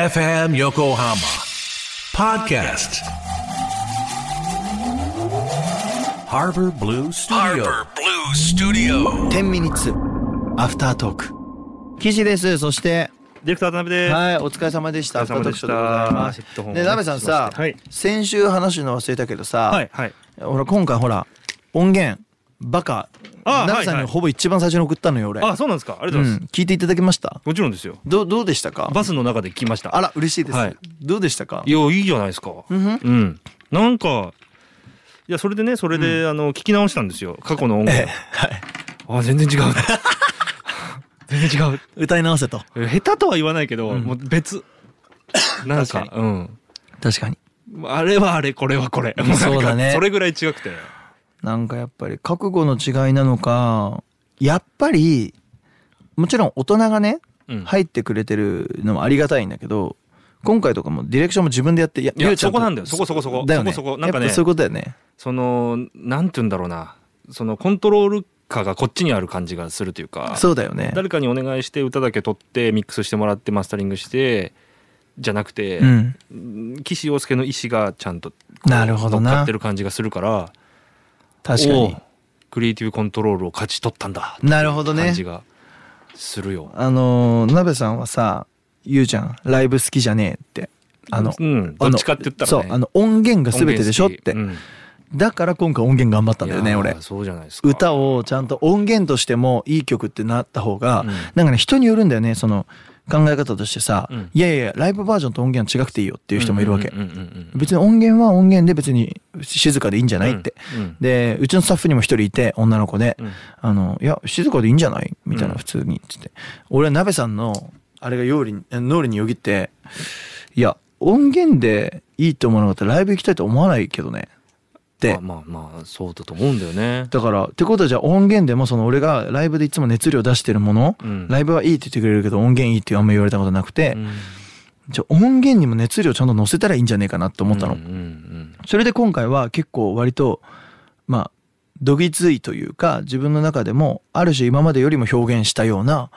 FM Yokohama Podcast Harbor Blue Studio Harbor Blue Studio. 10ミニッツアフタートーク岸ですそしてディレクター渡辺です。はいお疲れ様でしたおアフター疲トーれ様でクシしたョーでございますヘッドホンをね鍋さんさ、はい先週話すの忘れたけどさ、はいはい。ほら今回ほら音源バカあ鍋さはんいはにいほぼ一番最初に送ったのよ俺、あ、そうなんですか。ありがとううございます。ん、聞いていただきましたもちろんですよ。どうどうでしたかバスの中で聞きました。あら嬉しいです、はいどうでしたかいやいいじゃないですか。うんん、なんかいやそれでねそれで、あの聞き直したんですよ過去の音楽。あ全然違う。 全然違う。歌い直せとえ下手とは言わないけど、もう別。なんか確うん。確かにあれはあれこれはこれ。もなんかそうだねそれぐらい違くて。なんかやっぱり覚悟の違いなのかやっぱりもちろん大人がね、うん入ってくれてるのもありがたいんだけど今回とかもディレクションも自分でやっていやいやりゅうちゃとそこなんだよそこそこそこだよねそこそこなんかねやっぱそういうことだよねそのなんて言うんだろうなそのコントロール下がこっちにある感じがするというか。そうだよね 誰かにお願いして歌だけ取ってミックスしてもらってマスタリングしてじゃなくて、うん岸洋介の意思がちゃんとこうなるほどな乗っかってる感じがするから確かおにうクリエイティブコントロールを勝ち取ったんだなるほど感ねじがするよ。あのーなべさんはさゆうちゃんライブ好きじゃねえってあのうん、あどのっちかって言ったらそねうあの音源が全てでしょって、音源好きだから今回音源頑張ったうんんだよねいやー俺そうじゃないですか歌をちゃんと音源としてもいい曲ってなった方が、うんなんかね人によるんだよねその考え方としてさ、うんいやいやいやライブバージョンと音源は違くていいよっていう人もいるわけ、うんうんうんうん別に音源は音源で別に静かでいいんじゃないって、うんうんでうちのスタッフにも一人いて女の子で、うんあの「いや静かでいいんじゃない?」みたいなうん普通にっつって、俺は鍋さんのあれが脳裏に脳裏によぎって「いや音源でいいと思わなかったらライブ行きたいと思わないけどね」って、まあまあまあそうだと思うんだよね。だからってことはじゃあ音源でもその俺がライブでいつも熱量出してるもの、うんライブはいいって言ってくれるけど音源いいってあんま言われたことなくて、うんじゃあ音源にも熱量ちゃんと乗せたらいいんじゃねえかなと思ったの、うんうんうんそれで今回は結構割とまあどぎついというか自分の中でもある種今までよりも表現したような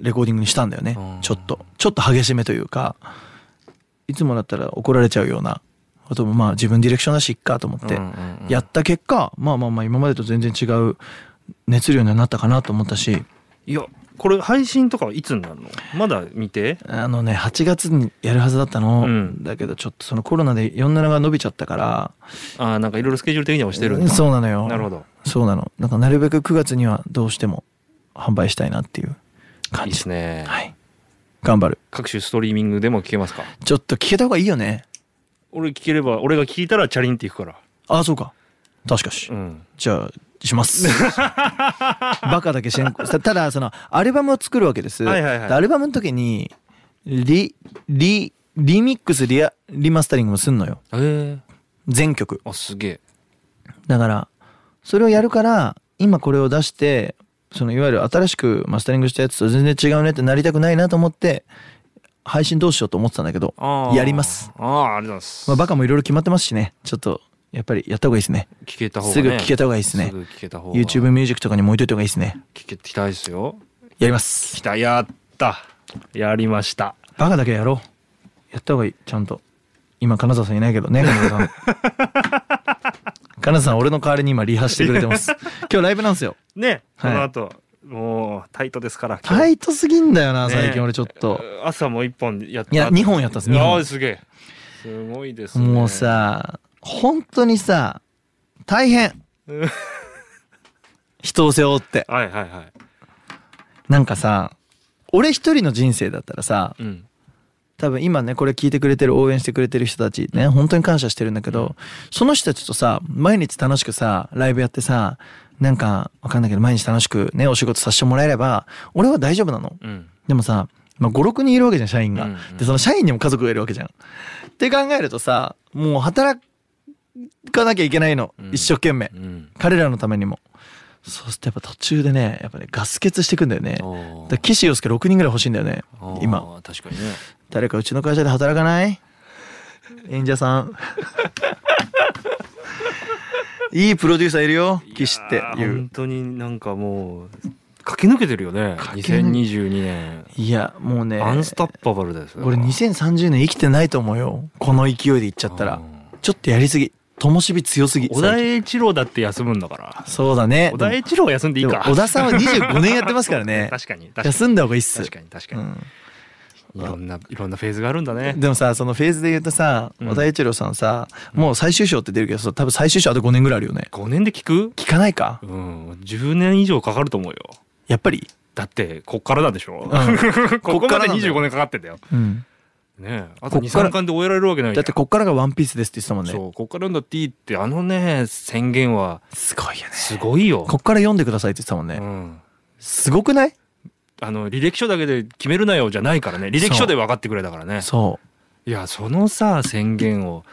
レコーディングにしたんだよね、うんちょっとちょっと激しめというかいつもだったら怒られちゃうようなこともまあ自分ディレクションだしいっかと思って、うんうんうんやった結果まあまあまあ今までと全然違う熱量にはなったかなと思ったしいやこれ配信とかはいつになるのまだ見てあのね8月にやるはずだったの、うんだけどちょっとそのコロナで47が伸びちゃったからあーなんかいろいろスケジュール的には押してるんだそうなのよなるほどそうなのなんかなるべく9月にはどうしても販売したいなっていうい感いじですねはい頑張る各種ストリーミングでも聞けますかちょっと聞けた方がいいよね俺聞ければ俺が聞いたらチャリンっていくからああそうか確かし、うんじゃあします バカだけ先行たただそのアルバムを作るわけです、はいはいはいでアルバムの時にリリリミックスリアリマスタリングもすんのよへえ全曲あすげえだからそれをやるから今これを出してそのいわゆる新しくマスタリングしたやつと全然違うねってなりたくないなと思って配信どうしようと思ってたんだけどあーやります、ああありがとうございます、まあ、バカもいろいろ決まってますしねちょっとやっぱりやった方がいいですね聞けた方が、すぐね、聞けた方がいいですねすぐ聞けた方が YouTube ミュージックとかにも置いといた方がいいですね聞け聞きたいですよやります来たやったやりましたバカだけやろうやった方がいいちゃんと今金沢さんいないけどね金沢 さん金沢さん俺の代わりに今リハしてくれてます 今日ライブなんですよねはこいの後、もうタイトですから今日タイトすぎんだよなね最近俺ちょっと、朝も一本やったいや二本やったんです二本あーすげえすごいですねもうさ本当にさ大変うん 人を背負ってはいはいはいなんかさ俺一人の人生だったらさうん多分今ねこれ聞いてくれてる応援してくれてる人たちね本当に感謝してるんだけどその人たちとさ毎日楽しくさライブやってさなんかわかんないけど毎日楽しくねお仕事させてもらえれば俺は大丈夫なの。うんでもさ、まあ、56人いるわけじゃん社員が、うんうんでその社員にも家族がいるわけじゃん。って考えるとさもう働かなきゃいけないの、うん一生懸命うん彼らのためにも。そうするとやっぱ途中でねやっぱねガス欠してくんだよね。だかおーら岸洋介6人ぐらい欲しいんだよねあー今確かにね誰かうちの会社で働かない演者さ んいいプロデューサーいるよ岸ってやーいう本当になんかもう駆け抜けてるよね。駆け抜2022年。いやもうねアンスタッパバルですよ。俺2030年生きてないと思うよこの勢いでいっちゃったらちょっとやりすぎ灯火強すぎ小田栄一郎だって休むんだから。そうだね小田栄一郎は休んでいいでもか。小田さんは25年やってますからね 確かに。確かに休んだ方がいいっす確かに確かにうんいろんないろんなフェーズがあるんだね。でもさそのフェーズで言うとさうん小田栄一郎さんさ、もう最終章って出るけどさ多分最終章あと5年ぐらいあるよね5年で聞く？聞かないかうん、10年以上かかると思うよ。やっぱり、だって こっからなんでしょ。うんこここっからまでなんだよ25年かかってんだよ。うん、ねえあことっから23巻で終えられるわけないじだゃっんてこっからが「ワンピースですって言ってたもんそねうこっからの T ってあのね宣言はすごいよねすごいよ、こっから読んでくださいって言ってたもんね、うん、すごくないあの履歴書だけで決めるなよじゃないからね履歴書で分かってくれだからねそういやそのさ宣言を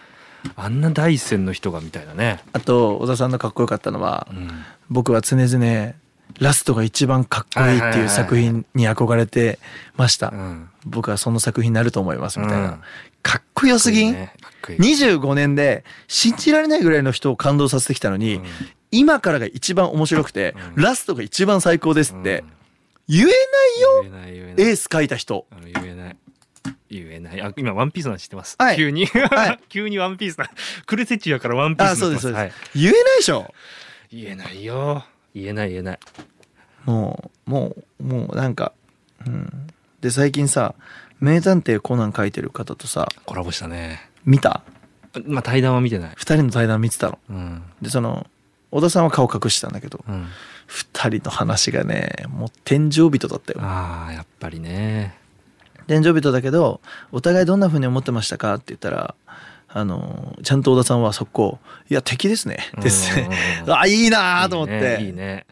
あんな第一線の人がみたいなね、あと小田さんのかっこよかったのはうん僕は常々ラストが一番かっこいいっていう作品に憧れてました、うん僕はその作品になると思いますみたいな、うんかっこよすぎん、かっこいいね25年で信じられないぐらいの人を感動させてきたのに、うん今からが一番面白くて、うんラストが一番最高ですって、うん言えないよ言えない言えないエース書いた人あの言えない言えないあ今ワンピースの話してます、はい急に、は 急にワンピースなクルセチュやからワンピーあスそうになでってますそうです、はい言えないでしょ言えないよ言えない言えないもうもうもうなんか、うん、で最近さ名探偵コナン書いてる方とさコラボしたね見たまあ対談は見てない2人の対談見てたのうんでその小田さんは顔隠してたんだけどうん2人の話がねもう天井人だったよああやっぱりね天井人だけどお互いどんな風に思ってましたかって言ったらあのちゃんと小田さんは速攻「いや敵ですね」ですねう。んうんうんあいいなーと思っていいね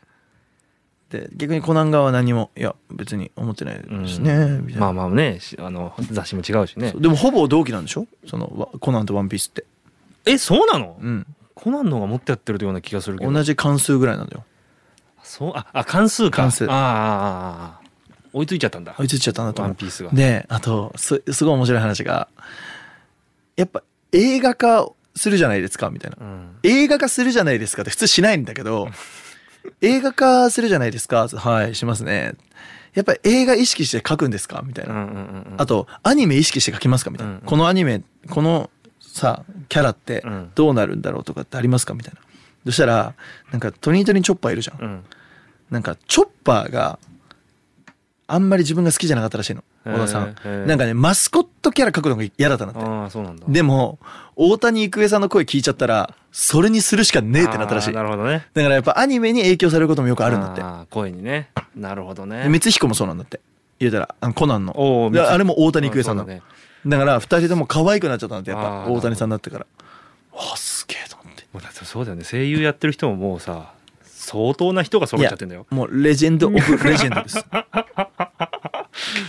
で逆にコナン側は何も「いや別に思ってないいいねですね」うみんたいな、まあまあねしあの雑誌も違うしねそうでもほぼ同期なんでしょそのわコナンと「ワンピースって、えそうなのうん、コナンの方が持ってやってるような気がするけど同じ関数ぐらいなんだよそうああ関数か関数あーあーあーあー追いついちゃったんだ追いついちゃったなとワ思ンうピースがであとすすごい面白い話がやっぱ映画化するじゃないですかみたいなうん映画化するじゃないですかって普通しないんだけど 映画化するじゃないですかはいしますねやっぱり映画意識して書くんですかみたいうんうな、んうんうんあとアニメ意識して書きますかみたいな、うんうんこのアニメこのさキャラってうんどうなるんだろうとかってありますかみたいなそしたらなんかトニートニーチョッパーいるじゃん、うんなんかチョッパーがあんまり自分が好きじゃなかったらしいのへ小ー田さんへ、ーなんかねマスコットキャラ書くのが嫌だったんだってああそうなんだでも大谷育英さんの声聞いちゃったらそれにするしかねえってなったらしあいーなるほどねだからやっぱアニメに影響されることもよくあるんだってあー声にねなるほどでね光彦もそうなんだって言うたらあのコナンのおーいや光彦あれも大谷育英さんなのあだ,、そうから二人とも可愛くなっちゃったんだってやっあぱー大谷さんだったからあすげえと思ってもうだってそうだよね声優やってる人ももうさ相当な人が揃っちゃってんだよいやもうレジェン ドオブレジェンドですこ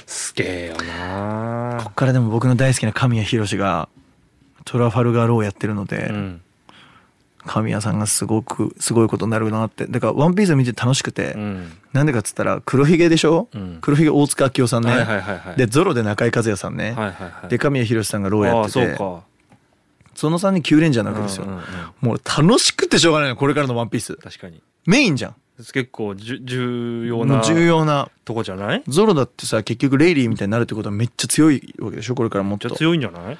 すげえよなっからでも僕の大好きな神谷博がトラファルガーローをやってるので、うん神谷さんがすごくすごいことになるなってだから「ワンピース見て楽しくて、うんなんでかっつったら黒ひげでしょ、うん黒ひげ大塚明夫さんね、はいはいはいはいでゾロで中井和也さんね、はいはいはいで神谷博さんがローやってあてあそうその3人9連じゃなかくですよ、うんうんうんもう楽しくてしょうがないのこれからの「ワンピース確かにメインじゃん結構じゅ重要もなう重要なとこじゃないゾロだってさ結局レイリーみたいになるってことはめっちゃ強いわけでしょこれからもっじゃとあ強いんじゃない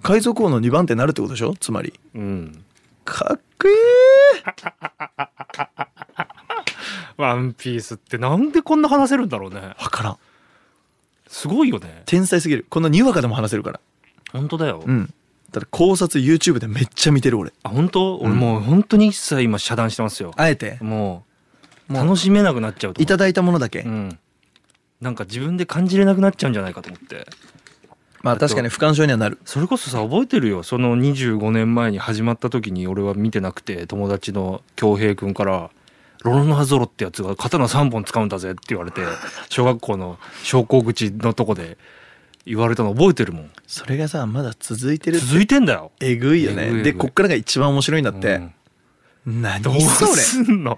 海賊王の2番手になるってことでしょつまりうんかっこいいワンピースってなんでこんな話せるんだろうねわからんすごいよね天才すぎるこんなにわかでも話せるから本当だよ、うんただ考察 YouTube でめっちゃ見てる俺あ本当俺もう本当に一切今遮断してますよ、あえてもうもう楽しめなくなっちゃうと思ういただいたものだけ、うん、なんか自分で感じれなくなっちゃうんじゃないかと思ってまあと確かに不感症にはなるそれこそさ覚えてるよその25年前に始まった時に俺は見てなくて友達の恭平君から「ロロノハゾロってやつが刀3本使うんだぜ」って言われ て小学校の昇降口のとこで言われたの覚えてるもんそれがさまだ続いてる続いてんだよえぐいよえぐいねえぐいでこっからが一番面白いんだって、うん何どうそれす んの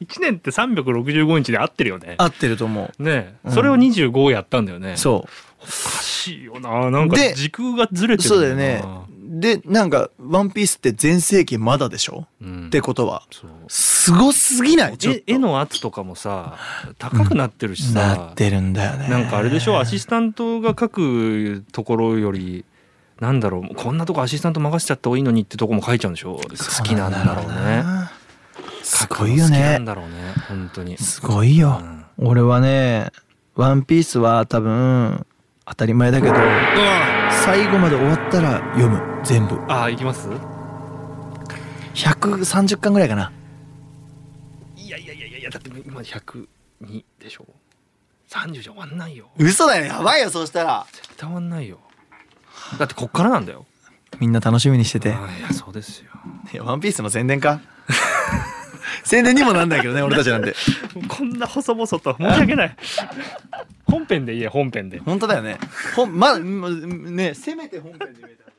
1年って365日で合ってるよね合ってると思うねえうんそれを25やったんだよね、そおかしいよななんかで時空がずれうてそるうだよんねなでなんか「ワンピースって全盛期まだでしょ、うんってことはそうすごすぎないちょっと絵絵の圧とかもさ高くなってるしなさっ、てるんだよねなんかあれでしょアシスタントが書くところよりなんだろうこんなとこアシスタント任せちゃった方がいいのにってとこも書いちゃうんでしょ好きなんだろうねねすごいよ書くの好きなねんだろうね本当にすごいよ、俺はね「ワンピースは多分当たり前だけど最後まで終わったら読む全部あ行きます130巻ぐらいかないやいやいやいやだって今102でしょ30じゃ終わんないよ嘘だよやばいよそうしたら絶対終わんないよだってこっからなんだよみんな楽しみにしててあいやそうですよいやワンピースの宣伝か 宣伝にもなんだけどね俺たちなん てこんな細々と申し訳ない本編で言え本編で本当だよねほんままねせめて本編で見えたら